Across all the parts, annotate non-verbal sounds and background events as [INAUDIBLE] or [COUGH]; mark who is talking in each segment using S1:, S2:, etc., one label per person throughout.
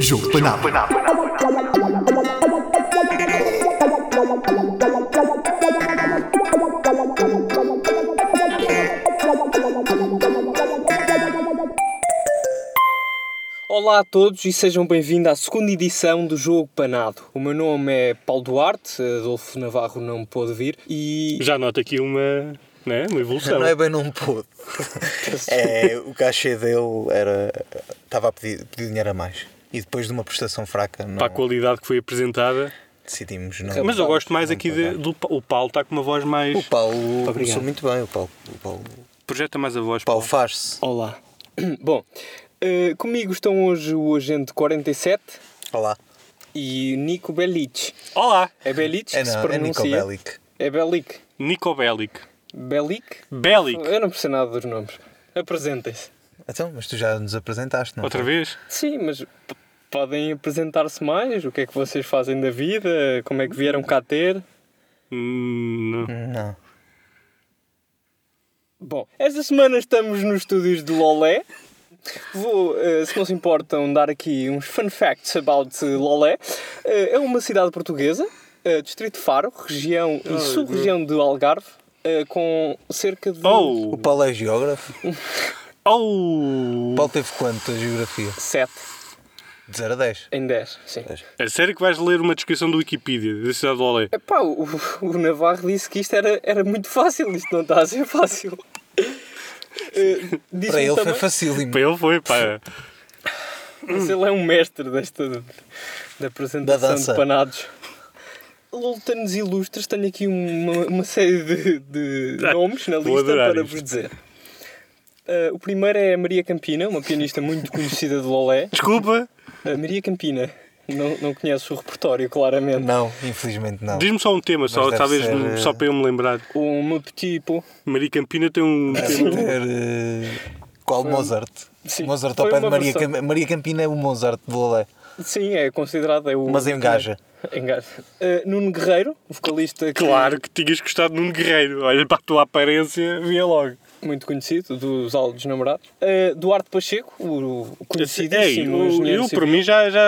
S1: Jogo Panapa.
S2: Olá a todos e sejam bem-vindos à segunda edição do Jogo Panado. O meu nome é Paulo Duarte, Adolfo Navarro não pôde vir e
S3: Já nota aqui uma, né, uma evolução.
S4: Não é bem não pôde.
S2: [LAUGHS]
S4: É, o cachê dele era. Estava a pedir, pedir dinheiro a mais. E depois de uma prestação fraca, não
S3: Para a qualidade que foi apresentada.
S4: decidimos. Não,
S3: Mas eu gosto mais
S4: É um não
S3: aqui de-
S4: pagar.
S3: do Pa- o Paulo está com uma voz mais.
S4: O Paulo
S2: Obrigado.
S4: começou muito bem. O Paulo, o Paulo, o
S3: Projeta mais a voz.
S4: Paulo faz-se.
S2: olá. [CLEARS THROAT] Bom, eh, comigo estão hoje o agente 47
S4: Olá.
S2: e Nico Belic.
S3: Olá,
S2: É Belic
S4: É,
S2: que se
S4: não, é Nico
S2: pronuncia?
S4: Bellic.
S2: É Belic.
S3: Nico Bellic.
S2: Belic?
S3: Bellic.
S2: Eu não percebo nada dos nomes. Apresentem-se.
S4: Então, mas tu já nos apresentaste, não?
S3: Outra vez?
S2: Sim, mas p- podem apresentar-se mais? O que é que vocês fazem da vida? Como é que vieram cá ter?
S3: Hum, não.
S4: Não.
S2: Bom, esta semana estamos nos estúdios de Lolé. Vou, eh, se não se importam, dar aqui uns fun facts about eh, Lolé. Eh, é uma cidade portuguesa, eh, distrito de Faro, região
S4: Oh,
S2: e sub-região do Algarve, eh, com cerca de
S4: O
S3: Oh!
S4: Paulo é geógrafo. O
S3: Oh!
S4: Paulo teve quanto de geografia?
S2: 7
S4: De 0 a 10.
S2: em 10. Sim.
S3: É sério que vais ler uma descrição do Wikipedia da cidade do Olé?
S2: Epá, o, o Navarro disse que isto era, era muito fácil, isto não está a ser fácil. Eh, disse-me
S4: Para ele foi
S2: também-
S4: facílimo.
S3: Para ele foi, pá.
S2: Mas ele é um mestre desta da apresentação de
S4: Da dança.
S2: panados. Loltanos ilustres, tenho aqui uma, uma série de, de nomes na
S3: Ah, Vou
S2: lista
S3: adorar
S2: para
S3: isto.
S2: vos dizer. Ah, o primeiro é a Maria Campina, uma pianista muito conhecida de Lolé.
S3: Desculpa,
S2: A Maria Campina, não, não conheces o repertório, claramente.
S4: Não, infelizmente não.
S3: diz-me só um tema, só,
S4: deve
S3: talvez
S4: ser,
S3: um-
S4: eh,
S3: só para eu me lembrar.
S2: Um meu tipo.
S3: Maria Campina tem um tema.
S4: Ter, eh, qual Mozart?
S2: um sim,
S4: Mozart
S2: foi
S4: ao pé de
S2: uma
S4: Maria,
S2: versão.
S4: Cam- Maria Campina é o Mozart de Lolé.
S2: Sim, é considerado. É o,
S4: Mas engaja.
S2: Engaja. Ah, Nuno Guerreiro, vocalista que-
S3: Claro que tinhas gostado de um guerreiro. Olha para a tua aparência, via logo.
S2: muito conhecido, dos Aldos Namorados. Ah, Duarte Pacheco, o, o
S3: Ei,
S2: conhecidíssimo
S3: eu,
S2: engenheiro
S3: eu
S2: civil.
S3: por mim já, já,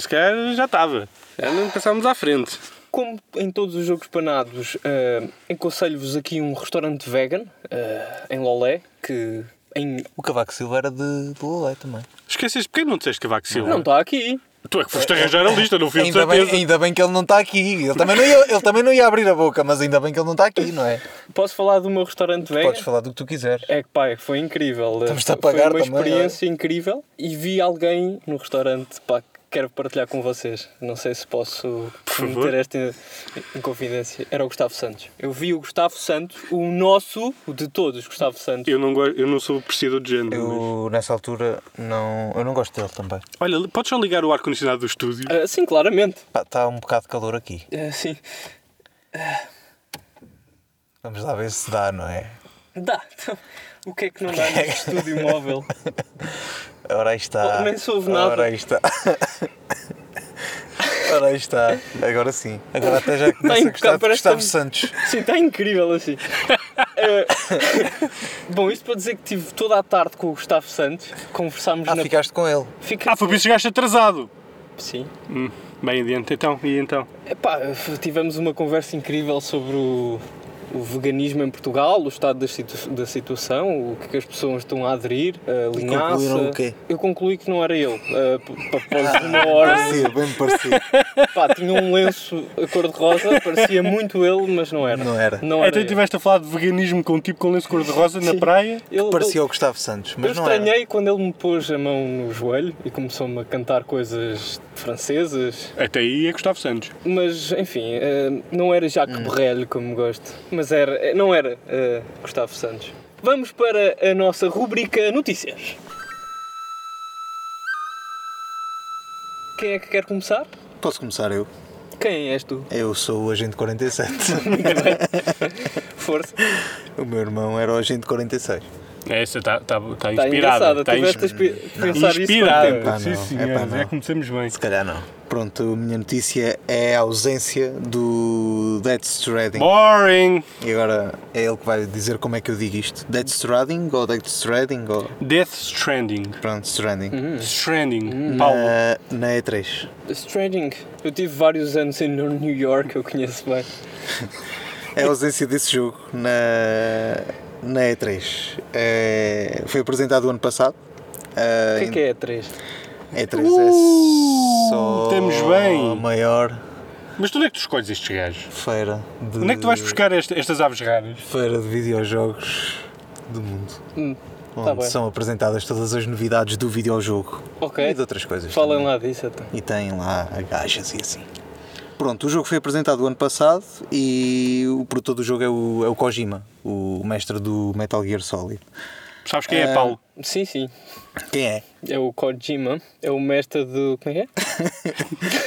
S3: se calhar já estava. Já É, não passámos à frente.
S2: Como em todos os jogos panados, ah, aconselho-vos aqui um restaurante vegan, ah, em Lolé, que em-
S4: O Cavaco Silva era de, de Lolé também.
S3: Esqueceste, porquê não disseste Cavaco Silva?
S2: não está aqui.
S3: Tu é que foste arranjar a lista, não fui eu de
S4: Ainda bem,
S3: certeza.
S4: ainda bem que ele não está aqui. Ele também não, ia, ele também não ia abrir a boca, mas ainda bem que ele não está aqui, não é?
S2: Posso falar do meu restaurante vegan?
S4: Podes falar do que tu quiseres.
S2: É que pá, é que foi incrível.
S4: Estamos-te a
S2: foi
S4: pagar
S2: uma
S4: também, olha.
S2: experiência incrível e vi alguém no restaurante pá, que quero partilhar com vocês. Não sei se posso
S3: favor.
S2: meter esta em- em confidência. Era o Gustavo Santos. Eu vi o Gustavo Santos, o nosso, o de todos, Gustavo Santos.
S3: Eu não, go- eu não sou apreciador de género. mas-
S4: Eu, nessa altura, não, eu não gosto dele também.
S3: Olha, podes só ligar o ar-condicionado do estúdio?
S2: Ah, sim, claramente.
S4: Pá, Está um bocado de calor aqui.
S2: Ah, sim.
S4: Vamos lá ver se dá, não é?
S2: Dá. O que é que não dá no
S4: [LAUGHS]
S2: estúdio móvel?
S4: Ora aí está.
S2: Oh, nem se ouve nada.
S4: Ora aí está. [LAUGHS] Ora aí está. Agora sim. Agora até já começa a
S2: Bem,
S4: gostar de
S2: parece
S4: Gustavo
S2: que-
S4: Santos.
S2: Sim, está incrível assim. Ah, [LAUGHS] bom, isto para dizer que tive toda a tarde com o Gustavo Santos, conversámos
S4: Ah,
S2: na.
S4: ficaste com ele.
S2: Fica...
S3: Ah, foi por isso que chegaste atrasado.
S2: Sim.
S3: Hum, bem adiante, então, e então?
S2: Epá, tivemos uma conversa incrível sobre o, o veganismo em Portugal, o estado das situ- da situação, o que, que as pessoas estão a aderir, a linhaça.
S4: concluíram o quê?
S2: Eu concluí que não era eu. ah, p- Após uma
S4: [LAUGHS]
S2: hora,
S4: Parecia, bem me parecia.
S2: pá, tinha um lenço a cor-de-rosa, parecia muito ele, mas não era.
S4: Não era.
S2: Não era
S3: então
S2: eu.
S3: estiveste a falar de veganismo com um tipo com lenço cor-de-rosa na praia?
S2: Ele-
S4: Parecia o Gustavo Santos,
S2: Eu
S4: mas não era.
S2: estranhei quando ele me pôs a mão no joelho e começou-me a cantar coisas francesas,
S3: Até aí é Gustavo Santos.
S2: mas enfim, eh, não era Jacques
S3: Hum.
S2: Borrelho como gosto, mas era, eh, não era eh, Gustavo Santos. Vamos para a nossa rubrica Notícias. Quem é que quer começar?
S4: Posso começar eu?
S2: Quem és tu?
S4: Eu sou o agente [LAUGHS] 47.
S2: Força.
S3: [LAUGHS]
S2: Tá
S4: o meu irmão era o agente 46.
S3: Essa está tá, tá
S2: Está
S3: inspirada.
S2: engraçada.
S3: Está
S2: Tiveste a
S3: inspirada.
S2: expi- pensar isso quanto tempo?
S4: Ah,
S3: Sim,
S4: não.
S3: sim,
S4: Epá, não.
S3: já começamos bem.
S4: Se calhar não. Pronto, a minha notícia é a ausência do Death Stranding.
S3: Boring!
S4: E agora é ele que vai dizer como é que eu digo isto. Death Stranding ou Death Stranding ou...
S3: Death Stranding.
S4: Pronto, Stranding.
S3: Stranding. Paulo.
S4: Na, na E3.
S2: Stranding. Eu tive vários anos em New York, eu conheço bem.
S4: É a ausência desse jogo na, na E3. É, foi apresentado o ano passado. Ah,
S2: O que é que é a 3?
S4: E3
S3: Uh,
S4: é só
S3: estamos bem.
S4: a maior
S3: Mas tu onde é que tu escolhes estes gajos?
S4: feira de,
S3: Onde é que tu vais buscar esta- estas aves raras?
S4: feira de videojogos do mundo.
S2: Hum, tá
S4: Onde
S2: bem.
S4: são apresentadas todas as novidades do videojogo
S2: Ok. um-
S4: e de outras coisas.
S2: Falem
S4: também.
S2: lá disso então. até.
S4: E tem lá gajas e assim. Pronto, o jogo foi apresentado o ano passado e o produtor do jogo é o, é o Kojima, o mestre do Metal Gear Solid.
S3: Sabes quem
S4: Eh,
S3: é, Paulo?
S2: Sim, sim. [LAUGHS]
S4: Quem é?
S2: É o Kojima. É o mestre do. Como é que é?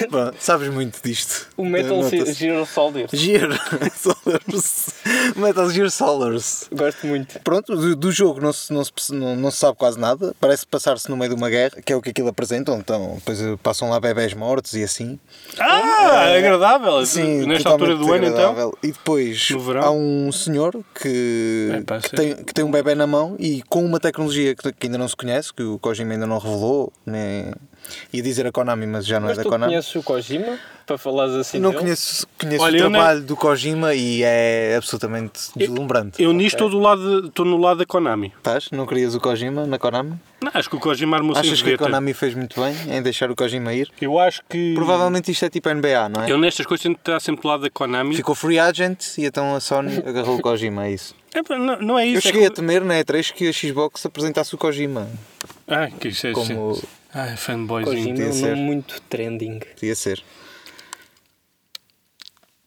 S4: Pronto, sabes muito disto.
S2: O Metal
S4: Nota-se.
S2: Gear Soldier.
S4: Gear [LAUGHS] Solars. Metal Gear Solars.
S2: Gosto muito.
S4: Pronto, do, do jogo não se, não, se, perce- não, não se sabe quase nada. Parece passar-se no meio de uma guerra, que é o que aquilo apresentam. Então, depois eh, passam lá bebés mortos e assim.
S3: Ah, agradável! eh, Nesta altura do ano,
S4: é. totalmente
S3: então.
S4: agradável. E depois
S3: No verão.
S4: há um senhor que,
S3: É, pá,
S4: que,
S3: sim.
S4: tem, que tem um bebê na mão e com uma tecnologia que, que ainda não se conhece, que o Kojima ainda não revelou, nem... ia dizer a Konami, mas já não
S2: Mas
S4: é
S2: tu
S4: da Konami.
S2: conheces o Kojima? Para falares assim
S4: Não
S2: dele?
S4: conheço, conheço
S3: Olha,
S4: o
S3: eu não-
S4: trabalho do Kojima e é absolutamente deslumbrante.
S3: Eu nisto estou do lado, estou no lado da Konami.
S4: Estás? Não querias o Kojima na Konami?
S3: Não, acho que o Kojima armou sem
S4: Achas que a
S3: vedeta.
S4: Konami fez muito bem em deixar o Kojima ir?
S3: Eu acho que.
S4: Provavelmente isto é tipo NBA, não é?
S3: Eu nestas coisas tento estar sempre do lado da Konami.
S4: Ficou free agent e então a
S3: [LAUGHS]
S4: Sony agarrou o Kojima, é isso.
S3: É, pá, não, não é
S4: Eu
S3: isso.
S4: cheguei
S3: é
S4: a temer na E3 que a Xbox apresentasse o Kojima.
S3: que... Ai, que isso é
S4: Como-
S3: assim. Ai, fanboyzinho.
S2: Kojima é um
S4: ser.
S2: nome muito trending.
S4: Podia ser.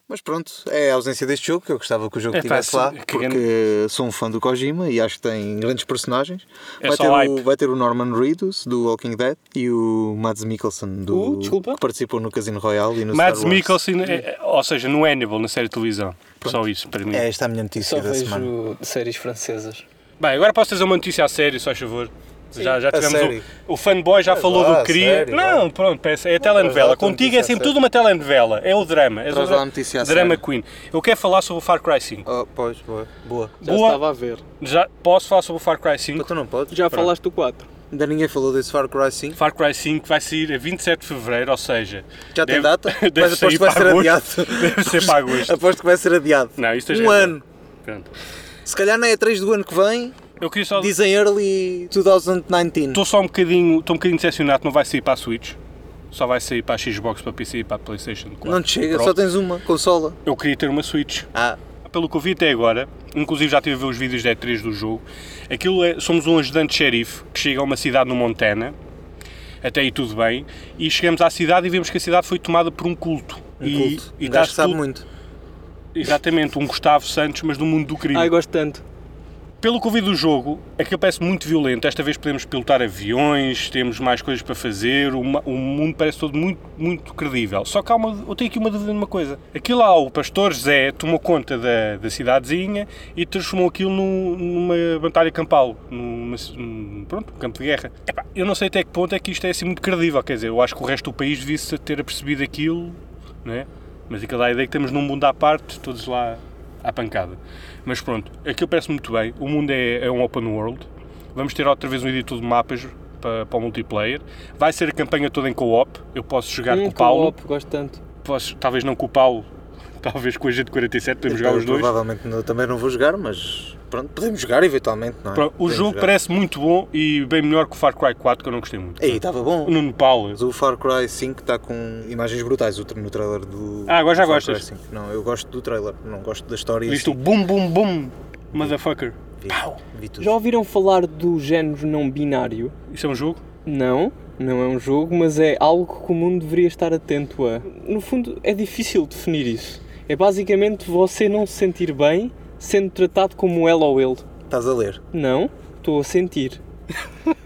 S4: Mas pronto, é a ausência deste jogo que eu gostava que o jogo
S3: É pá,
S4: estivesse
S3: sim,
S4: lá,
S3: que
S4: porque sou um fã do Kojima e acho que tem grandes personagens.
S3: É
S4: vai,
S3: só
S4: ter o,
S3: hype.
S4: vai ter o Norman Reedus do Walking Dead e o Mads Mikkelsen do
S2: Uh, desculpa?
S4: que participou no Casino Royale e no Star
S3: Mads
S4: Wars.
S3: Mikkelsen, é- é- ou seja, no Hannibal, na série de televisão. Só isso, para mim.
S4: É esta a minha
S2: Só
S4: notícia da semana.
S2: vejo séries francesas.
S3: Bem, agora posso trazer uma notícia a sério, só a favor. Já, já
S4: A
S3: tivemos
S4: sério?
S3: o, o fanboy já
S4: Vai
S3: falou
S4: lá,
S3: do
S4: a
S3: que queria.
S4: sério,
S3: não, pronto, parece- é a telenovela.
S4: lá tua
S3: Contigo
S4: notícia
S3: é
S4: a
S3: sempre
S4: sério.
S3: tudo uma telenovela. É o drama. É
S4: Traz
S3: o
S4: lá a notícia a
S3: Drama
S4: sério.
S3: Queen. Eu quero falar sobre o Far Cry 5.
S4: Oh, pois, boa. boa.
S2: Já
S3: Ah, Boa.
S2: estava a ver.
S3: Já posso falar sobre o Far Cry 5?
S4: Então não podes?
S2: Já falaste do 4.
S4: Ainda ninguém falou desse Far Cry 5.
S3: Far Cry 5 vai sair a 27 de Fevereiro, ou seja...
S4: Já tem
S3: deve-
S4: data?
S3: [LAUGHS] Deve
S4: Mas aposto
S3: sair
S4: que vai
S3: para
S4: ser
S3: agosto.
S4: adiado.
S3: [LAUGHS] Deve ser para agosto.
S4: [LAUGHS] Aposto que vai ser adiado.
S3: Não, isto é
S4: Um
S3: já-
S4: ano.
S3: Pronto.
S4: Se calhar não é 3 do ano que vem,
S3: Eu queria só...
S4: dizem early 2019.
S3: Estou só um bocadinho, estou um bocadinho decepcionado, que não vai sair para a Switch. Só vai sair para a Xbox, para a PC e para a Playstation 4.
S4: Não te chega,
S3: Pro.
S4: só tens uma consola.
S3: Eu queria ter uma Switch.
S4: Ah,
S3: Pelo que eu vi até agora, inclusive já tive a ver os vídeos da E3 do jogo, aquilo é, somos um ajudante xerife que chega a uma cidade no Montana, até aí tudo bem, e chegamos à cidade e vemos que a cidade foi tomada por um culto.
S4: um
S3: e,
S4: culto.
S3: e
S4: um
S3: está-se
S4: gajo que sabe
S3: tudo-
S4: muito.
S3: Exatamente, um Gustavo Santos, mas do mundo do crime.
S2: Ai, Ah, gosto tanto.
S3: Pelo que eu vi do jogo, aquilo parece muito violento. Esta vez podemos pilotar aviões, temos mais coisas para fazer, o, ma- o mundo parece todo muito, muito credível. Só que há uma, eu tenho aqui uma dúvida de uma coisa. Aquilo lá, o pastor Zé tomou conta da, da cidadezinha e transformou aquilo num- numa batalha campal, numa, num- pronto, um campo de guerra. Epá, eu não sei até que ponto é que isto é assim muito credível, quer dizer, eu acho que o resto do país devia-se ter apercebido aquilo, não é? Mas aquilo dá a ideia que estamos num mundo à parte, todos lá à pancada. Mas pronto, aquilo parece muito bem. O mundo é, é um open world. Vamos ter outra vez um editor de mapas para, para o multiplayer. Vai ser a campanha toda em co-op. Eu posso jogar com
S2: Hum,
S3: o Paulo.
S2: co-op, gosto tanto.
S3: Posso, talvez não com o Paulo, [LAUGHS] talvez com a gente 47, podemos jogar
S4: Eu
S3: os dois.
S4: Provavelmente não- também não vou jogar, mas pronto, podemos jogar eventualmente, não é?
S3: Pronto, o
S4: Podemos
S3: jogo
S4: jogar.
S3: parece muito bom e bem melhor que o Far Cry 4, que eu não gostei muito.
S4: Aí, estava bom.
S3: O Nuno Paulo.
S4: Mas o Far Cry 5 está com imagens brutais o tra- no trailer do.
S3: Ah, agora já
S4: do Far Cry
S3: gostas.
S4: 5. Não, eu gosto do trailer, não gosto da história.
S3: Viste um o
S4: assim.
S3: boom, boom, boom, motherfucker.
S4: vi, vi tudo.
S2: Já ouviram falar do género não binário?
S3: Isso é um jogo?
S2: Não, não é um jogo, mas é algo que o mundo deveria estar atento a. No fundo, é difícil definir isso. É basicamente você não se sentir bem sendo tratado como ela ou ele.
S4: Estás a ler,
S2: Não, estou a sentir.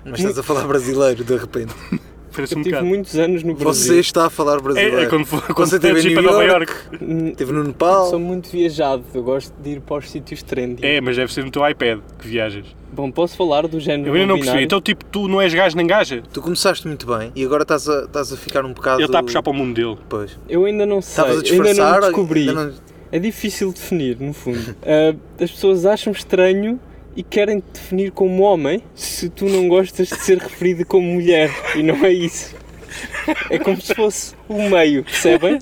S4: mas estás a falar brasileiro de repente.
S3: Parece
S2: Eu
S3: um
S2: tive
S3: bocado.
S2: muitos anos no
S4: Você
S2: Brasil.
S4: está a falar brasileiro.
S3: É, é quando, for- quando
S4: Você esteve
S3: ir
S4: em
S3: para
S4: New
S3: Nova
S4: York,
S3: York.
S2: Hum,
S4: esteve no Nepal.
S2: Sou muito viajado, eu gosto de ir para os sítios trendy.
S3: É, mas deve ser no teu iPad que viajas.
S2: Bom, posso falar do género
S3: Eu ainda não percebi.
S2: binário?
S3: Então, tipo, tu não és gajo nem gaja?
S4: Tu começaste muito bem e agora estás a, estás a ficar um bocado.
S3: Ele está a puxar para o mundo dele. [LAUGHS]
S4: Pois.
S2: Eu ainda não sei,
S4: Estavas a
S2: ainda
S4: disfarçar.
S2: não descobri.
S4: ainda não-
S2: É difícil definir, no fundo. [LAUGHS] Ah, as pessoas acham estranho e querem te definir como homem se tu não gostas de ser referido como mulher. E não é isso. É como se fosse o meio, percebem?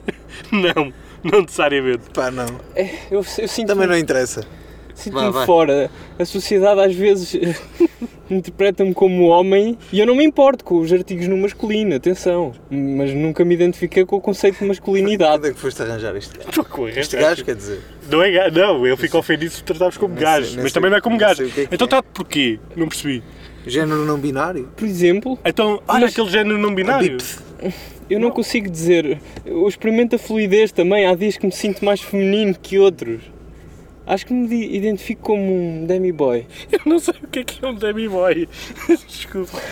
S3: Não, não necessariamente.
S4: Pá, não.
S2: Eu, eu sinto-me
S4: Também não interessa. Vá,
S2: sinto-me
S4: vai.
S2: fora. A sociedade às vezes [LAUGHS] interpreta-me como homem e eu não me importo com os artigos no masculino, atenção. Mas nunca me identifiquei com o conceito de masculinidade.
S4: Onde é que foste arranjar este gajo?
S3: Estou com este
S4: Este gajo, quer dizer.
S3: Não é gajo. Não, ele fica ofendido se o tratarmos como
S4: Não sei-
S3: gajo.
S4: não
S3: Mas
S4: sei-
S3: também não é como
S4: não
S3: gajo.
S4: sei o que é que
S3: Então
S4: é.
S3: está porquê? Não percebi.
S4: Género não binário?
S2: Por exemplo,
S3: Então, olha
S2: Mas-
S3: aquele género não binário.
S4: Bip.
S2: Eu não consigo dizer. Eu experimento a fluidez também. Há dias que me sinto mais feminino que outros. Acho que me di- identifico como um demi-boy.
S3: [LAUGHS] Eu não sei o que é que é um demi boy. [LAUGHS] Desculpa.
S4: [LAUGHS]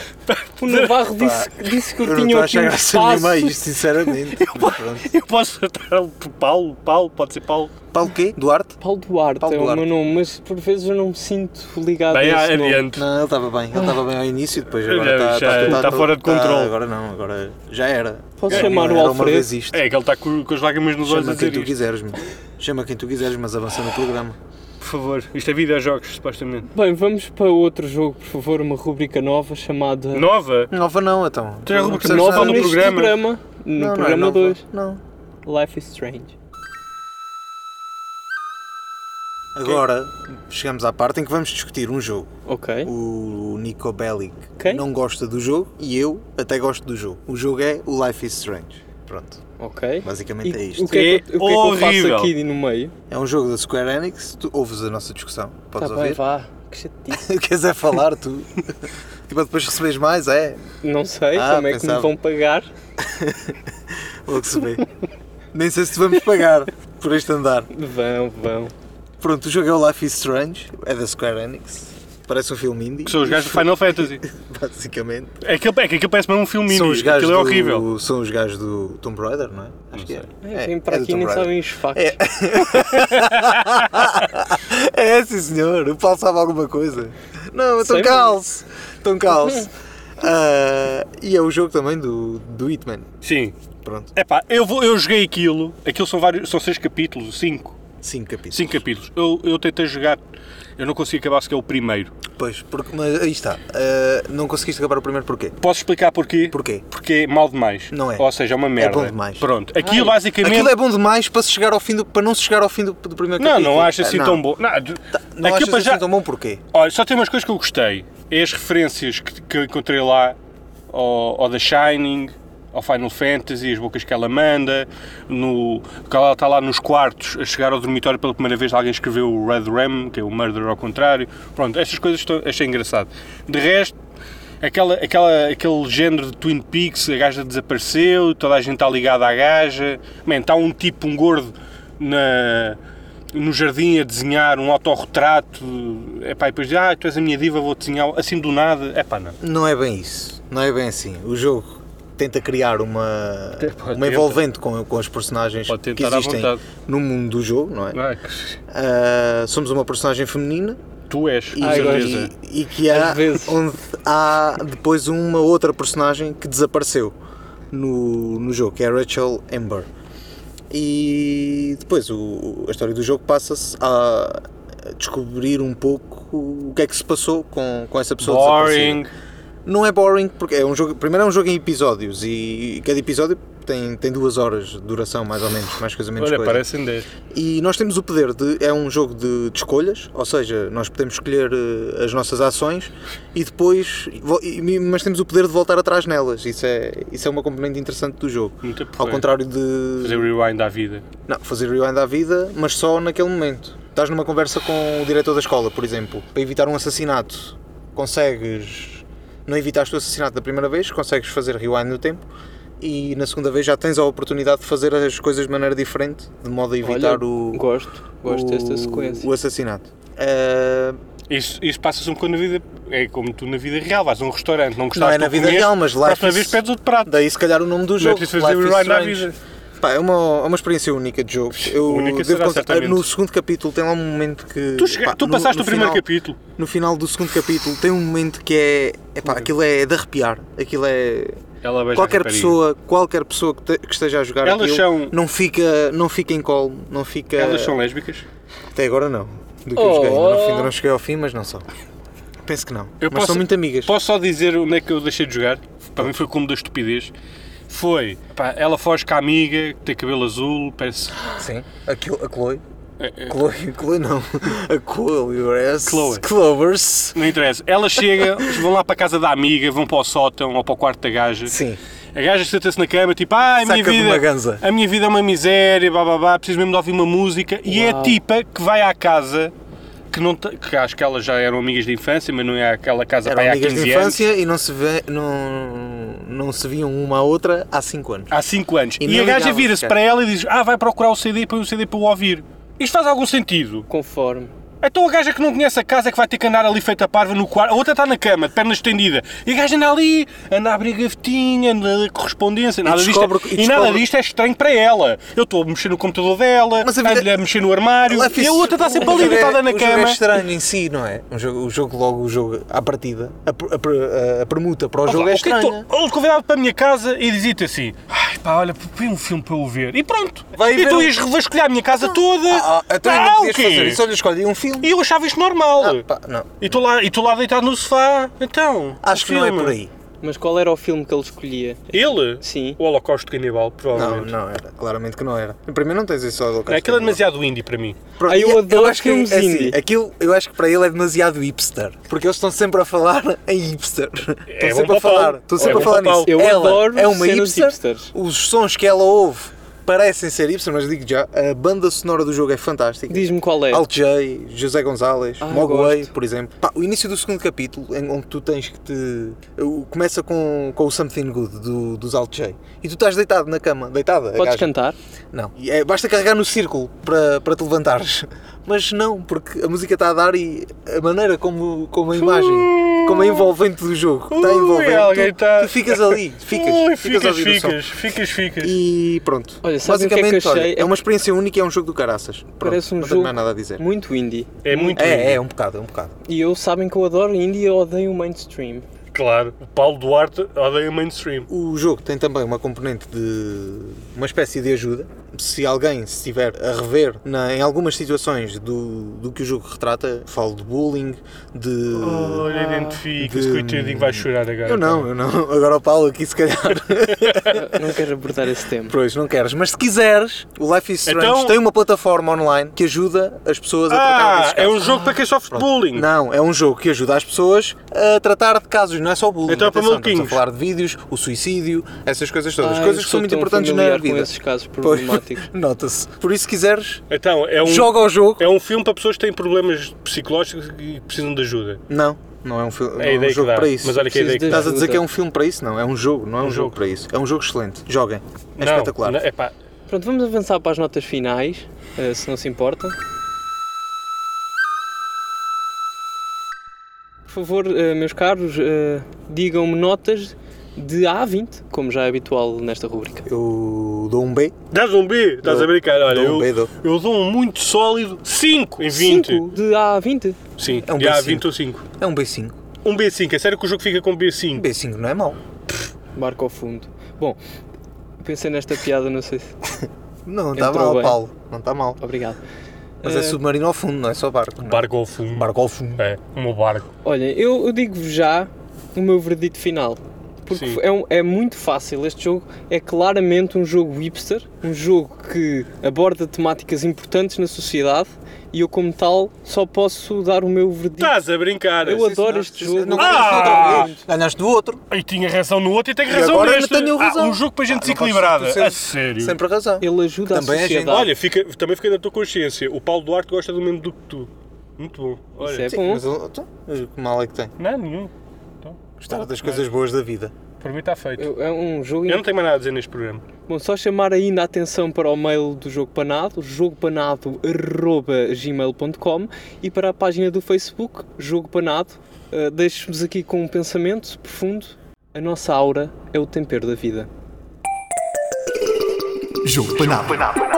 S2: O Navarro disse, disse que eu,
S4: Eu não estou
S2: tinha
S4: a
S2: aqui
S4: achar
S2: um
S4: graça nenhuma a isto,
S2: espaço.
S4: sinceramente. Mas pronto.
S3: [LAUGHS] Eu posso tratar por Paulo? Paulo, pode ser Paulo.
S4: Paulo quê? Duarte?
S2: Paulo Duarte
S4: Paulo
S2: é o meu
S4: Duarte.
S2: nome, mas por vezes eu não me sinto ligado
S3: Bem, é ah,
S2: a esse nome.
S3: adiante.
S4: Ah, Não, ele estava bem. Ele estava bem ao início e depois
S3: Já-
S4: agora está tá,
S3: já- está fora de controle.
S4: agora não, agora já era.
S2: Posso
S4: Já
S2: chamar o
S4: era É, uma
S2: Alfredo?
S4: vez isto.
S3: É que ele está com, com as lágrimas nos olhos a
S4: Chama quem
S3: dizer
S4: tu
S3: isto.
S4: quiseres, meu. Chama quem tu quiseres, mas avança no programa.
S3: Por favor, isto é videojogos, supostamente.
S2: Bem, vamos para outro jogo, por favor. Uma rubrica nova chamada.
S3: Nova?
S4: Nova não, então.
S3: Tu já
S4: Não
S3: rubrica
S4: percebes
S3: nova
S4: nada
S3: no
S2: neste
S4: disto.
S3: programa.
S2: No
S4: Não, não é
S2: programa
S4: nova.
S2: 2.
S4: Não.
S2: Life is Strange.
S4: Agora chegamos à parte em que vamos discutir um jogo.
S2: Ok.
S4: O Nico Bellic
S2: Quem?
S4: não gosta do jogo e eu até gosto do jogo. O jogo é o Life is Strange. Pronto,
S2: Ok.
S4: basicamente é
S2: E
S4: isto.
S2: o que é, que eu- o que é que eu faço
S3: Horrível.
S2: aqui no meio?
S4: É um jogo da Square Enix, tu ouves a nossa discussão,
S2: Tá
S4: podes
S2: bem,
S4: ouvir.
S2: vá. Que chatice.
S4: [LAUGHS] Queres é
S3: [LAUGHS]
S4: falar tu? tipo, depois recebes mais, é?
S2: Não sei
S4: [LAUGHS] Ah,
S2: como é que me
S4: pensava.
S2: vão pagar.
S4: Logo se vê. [LAUGHS] Nem sei se te vamos pagar por este andar.
S2: Vão, vão.
S4: Pronto, o jogo é o Life is Strange, é da Square Enix. Parece um filme indie.
S3: Que são os gajos do Final Fantasy.
S4: [LAUGHS] Basicamente.
S3: É que, é que aquilo parece mesmo um filme
S4: São
S3: indie.
S4: os gajos
S3: Aquilo é
S4: do,
S3: horrível.
S4: São os gajos do Tomb Raider, não é? Acho que é.
S2: Vem para
S4: do
S2: aqui
S4: Tomb
S2: nem
S4: Raider.
S2: sabem os factos.
S4: É. é, sim senhor. O Paulo sabe alguma coisa. Não,
S2: Sei,
S4: estão
S2: mas-
S4: calce. Estão
S2: [LAUGHS]
S4: calce. Ah, e é o jogo também do, do Hitman.
S3: Sim.
S4: Pronto,
S3: Epá, eu, vou, eu joguei aquilo. Aquilo são vários. São seis capítulos, cinco.
S4: 5 capítulos.
S3: Cinco capítulos. Eu, eu tentei jogar. Eu não consegui acabar sequer o primeiro.
S4: Pois, porque, mas aí está. Ah, não conseguiste acabar o primeiro porquê?
S3: Posso explicar porquê?
S4: Porquê?
S3: Porque é mal demais.
S4: Não é.
S3: Ou seja, é uma merda.
S4: bom demais.
S3: Pronto. Aquilo
S2: Ai.
S3: basicamente.
S4: Aquilo é bom demais para, se chegar ao fim do, para não se chegar ao fim do, do primeiro
S3: Não,
S4: capítulo.
S3: não acho
S4: Ah,
S3: assim
S4: não.
S3: tão bom. Não, de-
S4: Não
S3: aquilo
S4: achas
S3: para
S4: assim
S3: já.
S4: tão bom porquê?
S3: Olha, só tem umas coisas que eu gostei. É as referências que, que eu encontrei lá ao, ao The Shining, ao Final Fantasy, as bocas que ela manda, no, que ela está lá nos quartos a chegar ao dormitório pela primeira vez alguém escreveu o Red Ram, que é o Murder ao contrário. Pronto, essas coisas estão- achei engraçado. De resto, aquela, aquela, aquele género de Twin Peaks, a gaja desapareceu, toda a gente está ligada à gaja. Man, está um tipo, um gordo, na, no jardim a desenhar um autorretrato. Epá, e depois diz, ah, tu és a minha diva, vou desenhar assim do nada. Epá, não.
S4: Não é bem isso. Não é bem assim. O jogo tenta criar uma,
S3: Até pode
S4: uma
S3: tentar.
S4: envolvente com, com os personagens
S3: Pode
S4: que
S3: tentar à
S4: existem
S3: vontade.
S4: no mundo do jogo, não é?
S3: Ai, que-
S4: Ah, somos uma personagem feminina
S3: Tu és, com
S4: e,
S2: Ai, agora-
S3: certeza.
S4: e, e que há,
S2: Às vezes.
S4: onde há depois uma outra personagem que desapareceu no, no jogo, que é a Rachel Amber. E depois o- o- a história do jogo passa-se a descobrir um pouco o que é que se passou com, com essa pessoa desaparecida.
S3: Boring.
S4: Não é boring, porque é um jogo. Primeiro é um jogo em episódios e cada episódio tem, tem duas horas de duração, mais ou menos, mais coisa menos
S3: Olha,
S4: coisa.
S3: parecem 10.
S4: E nós temos o poder de. É um jogo de, de escolhas, ou seja, nós podemos escolher eh, as nossas ações e depois. vo- e- Mas temos o poder de voltar atrás nelas. Isso é, isso é uma componente interessante do jogo.
S3: Muito
S4: Ao
S3: porreiro.
S4: contrário de.
S3: Fazer rewind à vida.
S4: Não, fazer rewind à vida, mas só naquele momento. Estás numa conversa com o diretor da escola, por exemplo, para evitar um assassinato. Consegues. Não evitaste o assassinato da primeira vez, consegues fazer rewind no tempo e na segunda vez já tens a oportunidade de fazer as coisas de maneira diferente, de modo a evitar
S2: Olha,
S4: o.
S2: Gosto, gosto
S4: o-
S2: desta sequência.
S4: O assassinato. Ah,
S3: Isso, isso passa-se um bocado na vida. É como tu na vida real, vais a um restaurante, não gostaste
S4: não é
S3: do
S4: na
S3: que
S4: vida
S3: comeste,
S4: real, mas lá.
S3: Próxima vez pedes outro prato.
S4: Daí se calhar o nome do
S3: Não é
S4: jogo.
S3: preciso fazer
S4: Life is
S3: rewind à
S4: Strange.
S3: vida.
S4: Pá, é, uma, é uma experiência única de jogo. Eu
S3: Única
S4: devo
S3: será,
S4: contar-
S3: certamente.
S4: no segundo capítulo tem lá um momento que.
S3: Tu, chega-
S4: pá,
S3: tu
S4: no-
S3: passaste
S4: no
S3: o primeiro
S4: final-
S3: capítulo.
S4: No final do segundo capítulo tem um momento que é. Epá, aquilo é de arrepiar. Aquilo é.
S3: Ela beija a
S4: Qualquer
S3: rapariga.
S4: pessoa, qualquer pessoa que, te- que esteja a jogar
S3: Elas
S4: aquilo
S3: são-
S4: não, fica, não fica em colo, não fica.
S3: Elas são lésbicas.
S4: Até agora não. Do que
S2: Oh.
S4: eu joguei. Ainda não, ainda não cheguei ao fim, mas não são. Penso que não.
S3: Eu
S4: mas
S3: posso-
S4: são muito amigas.
S3: Posso só dizer onde é que eu deixei de jogar? Para mim foi como da estupidez. Foi, pá, ela foge com a amiga, que tem cabelo azul, parece.
S4: Sim. A, Chlo- a Chloe.
S3: É, é.
S4: Chloe, Chloe não. A Chloe.
S3: Chloe.
S4: Clovers.
S3: Não interessa. Ela chega, [LAUGHS] eles vão lá para a casa da amiga, vão para o sótão ou para o quarto da gaja.
S4: Sim.
S3: A gaja senta-se na cama, tipo, ah, a minha
S4: Saca de
S3: vida.
S4: uma ganza.
S3: A minha vida é uma miséria, blá blá blá, preciso mesmo de ouvir uma música. E é a
S2: Uau.
S3: tipa que vai à casa, que, não te- que acho que elas já eram amigas de infância, mas não é aquela casa para
S4: Eram
S3: aí há
S4: amigas
S3: 15
S4: de
S3: anos.
S4: infância e não se, vê, não, não se viam uma à outra há 5 anos.
S3: Há 5 anos.
S4: E
S3: E,
S4: nem
S3: a gaja
S4: ligava
S3: vira-se
S4: sequer.
S3: para ela e diz: Ah, vai procurar o CD para o CD para eu ouvir. Isto faz algum sentido.
S2: Conforme.
S3: Então a gaja que não conhece a casa é que vai ter que andar ali feita parva no quarto. A outra está na cama, de perna estendida. E a gaja anda ali, anda a abrir a gavetinha, anda a ler correspondência. Nada disto,
S4: descobre-
S3: e
S4: e descobre-
S3: nada disto é estranho para ela. Eu estou a mexer no computador dela,
S4: Mas a
S3: ando-lhe
S4: vida-
S3: a mexer no armário.
S4: Life
S3: E
S4: is-
S3: a outra está sempre
S4: é o
S3: ali,
S4: jogo é-
S3: deitada na
S4: o jogo
S3: cama.
S4: é estranho em si, não é? O jogo, o jogo logo, o jogo à partida, a, per- a per- a permuta para o jogo é
S3: o que é que
S4: estranha.
S3: tu- Ele convidava para a minha casa e dizia-te assim: Ai pá, olha, põe um filme para eu ver. E pronto.
S4: Vai
S3: e
S4: ver
S3: tu
S4: o-
S3: ias revasculhar a minha casa toda.
S4: Ah, ah, então ainda
S3: Ah,
S4: podias
S3: o quê?
S4: fazer isso, olha, escolhe um filme.
S3: E eu achava isto normal.
S4: Ah, pá, não.
S3: E tu lá, e tu lá deitado no sofá. Então.
S4: Acho
S3: o
S4: que não é
S3: filme.
S4: por aí.
S2: Mas qual era o filme que ele escolhia?
S3: Ele?
S2: Sim.
S3: O Holocausto Canibal,
S4: Não,
S3: provavelmente.
S4: não era. Claramente que não era. Primeiro não tens isso ao local.
S3: Aquilo é demasiado indie para mim.
S4: Pronto,
S2: Ah, eu
S4: e
S2: adoro
S4: acho que
S2: filmes
S4: é assim,
S2: indie.
S4: aquilo eu acho que para ele é demasiado hipster. Porque eles estão sempre a falar [LAUGHS] em hipster.
S3: É
S4: estão sempre
S3: bom
S4: a
S3: para o
S4: falar.
S3: Paulo.
S4: Estão
S3: É
S4: sempre
S3: bom
S4: a falar
S3: para o
S4: nisso.
S2: Paulo. Eu
S4: ela
S2: adoro
S4: é uma
S2: cenas
S4: hipster.
S2: hipsters.
S4: Os sons que ela ouve parecem ser hipster, mas digo já, a banda sonora do jogo é fantástica.
S2: Diz-me qual é.
S4: Al J, José Gonzalez,
S2: Ah, eu
S4: Mogwai,
S2: gosto.
S4: por exemplo. Pá, o início do segundo capítulo, em onde tu tens que te. o- Começa com, com o Something Good do, dos Al J. E tu estás deitado na cama, deitada. a
S2: Podes
S4: gaja.
S2: cantar?
S4: Não. E é- basta carregar no círculo para, para te levantares. [LAUGHS] Mas não, porque a música está a dar e a maneira como, como a imagem, como é envolvente do jogo, está
S3: Ui,
S4: envolvente.
S3: alguém
S4: Tu,
S3: tá-
S4: tu
S2: [LAUGHS]
S4: ficas ali, ficas,
S3: Ui,
S4: ficas, a
S3: ficas,
S4: ouvir o som.
S3: ficas, ficas, ficas.
S4: E pronto.
S2: Olha, sabes o que é que eu
S4: Basicamente, olha,
S2: achei?
S4: é uma experiência única e é um jogo do caraças. Pronto,
S2: Parece um
S4: não tenho
S2: jogo
S4: mais nada a dizer.
S2: muito indie.
S3: É muito indie.
S4: É, é, um bocado, é um bocado.
S2: E eu sabem que eu adoro indie e eu odeio o mainstream.
S4: é.
S3: Claro. O Paulo Duarte odeia mainstream.
S4: O jogo tem também uma componente de uma espécie de ajuda. Se alguém se estiver a rever na- em algumas situações do, do que o jogo retrata, falo de bullying, de.
S3: Olha, identifica-se,
S4: Ah, de-
S3: coitadinho, vai chorar agora.
S4: eu não, eu não. [LAUGHS] Agora o Paulo aqui se calhar. [LAUGHS]
S2: Não quero abordar esse tema.
S4: pois, não queres. Mas se quiseres, o Life is Strange
S3: Então-
S4: tem uma plataforma online que ajuda as pessoas a tratar
S3: Ah,
S4: desses
S3: é
S4: casos.
S3: um jogo para quem sofre de bullying.
S4: Não, é um jogo que ajuda as pessoas a tratar de casos, não é só bullying.
S3: Então é para Ah,
S4: Atenção, estamos
S3: maluquinhos.
S4: a falar de vídeos, o suicídio, essas coisas todas.
S2: Ai, Ah, eu
S4: coisas que
S2: sou
S4: são muito
S2: tão
S4: importantes na
S2: familiar com
S4: vida.
S2: esses casos
S4: Pois,
S2: problemáticos.
S4: [LAUGHS] Nota-se. Por isso, se quiseres,
S3: Então, é um,
S4: joga ao jogo.
S3: é um filme para pessoas que têm problemas psicológicos e precisam de ajuda.
S4: Não, não é um, filme,
S3: É a
S4: não é um
S3: ideia que
S4: jogo
S3: dá.
S4: para isso.
S3: Mas olha que a
S2: Preciso
S3: ideia que
S2: de-
S3: dá.
S4: Estás a dizer que é um filme para isso? Não, é um jogo, não é um, jogo.
S3: jogo.
S4: para isso. É um jogo excelente. Joguem. É
S3: Não,
S4: espetacular.
S3: não, epá,
S2: Pronto, vamos avançar para as notas finais, eh, se não se importam. Por favor, eh, meus caros, eh, digam-me notas de A a 20, como já é habitual nesta rubrica.
S4: Eu dou um B.
S3: Dás um B, estás
S4: Dou-
S3: a brincar. Olha,
S4: dou um
S3: eu,
S4: B, dou.
S3: eu dou um muito sólido 5 em 20.
S2: Cinco de A a 20?
S3: Sim,
S4: É um
S3: já há
S4: B5.
S3: 20 ou 5.
S4: É um B5.
S3: Um B5, é sério que o jogo fica com
S4: Um
S3: B5.
S4: B5 não é mau.
S2: Barco ao fundo. Bom, pensei nesta piada, não sei se...
S4: Não está
S2: Entrou
S4: mal,
S2: bem.
S4: Paulo. Não está mal.
S2: Obrigado.
S4: Mas é
S2: Eh,
S4: submarino ao fundo, não é só barco. não é?
S3: Barco ao fundo.
S4: Barco ao fundo.
S3: É, o meu barco.
S2: Olha, eu, eu digo-vos já o meu verdito final. Porque
S3: Sim.
S2: é, um- é muito fácil. Este jogo é claramente um jogo hipster, um jogo que aborda temáticas importantes na sociedade e eu, como tal, só posso dar o meu verdito.
S3: Estás a brincar.
S2: Eu adoro este jogo.
S4: Não
S3: Ah!
S4: ganhaste outra vez. Ganhaste do outro.
S3: E tinha razão no outro e tenho razão
S4: agora
S3: neste.
S4: ainda tenho
S3: Ah,
S4: razão.
S3: um jogo para gente
S4: Ah, não posso-
S3: desequilibrada.
S4: sempre-
S3: a sério.
S4: Sempre a razão.
S2: Ele ajuda
S4: Também é
S2: a
S4: gente-
S2: sociedade.
S3: Olha, fica, também fica na tua consciência. O Paulo Duarte gosta do mesmo do que tu. Muito bom.
S2: Isso
S3: Olha,
S2: é
S4: Sim,
S2: bom.
S4: mas eu- então, que mal é que tem?
S3: não, nenhum. Então,
S4: Gostar das coisas boas da vida.
S3: por mim está feito.
S2: É um jogo.
S3: Eu não tenho mais nada a dizer neste programa.
S2: Bom, só chamar ainda a atenção para o mail do Jogo Panado, jogopanado.gmail.com e para a página do Facebook, Jogo Panado. Eh, Deixo-vos aqui com um pensamento profundo. A nossa aura é o tempero da vida.
S1: Jogo de Panada.
S5: Panada.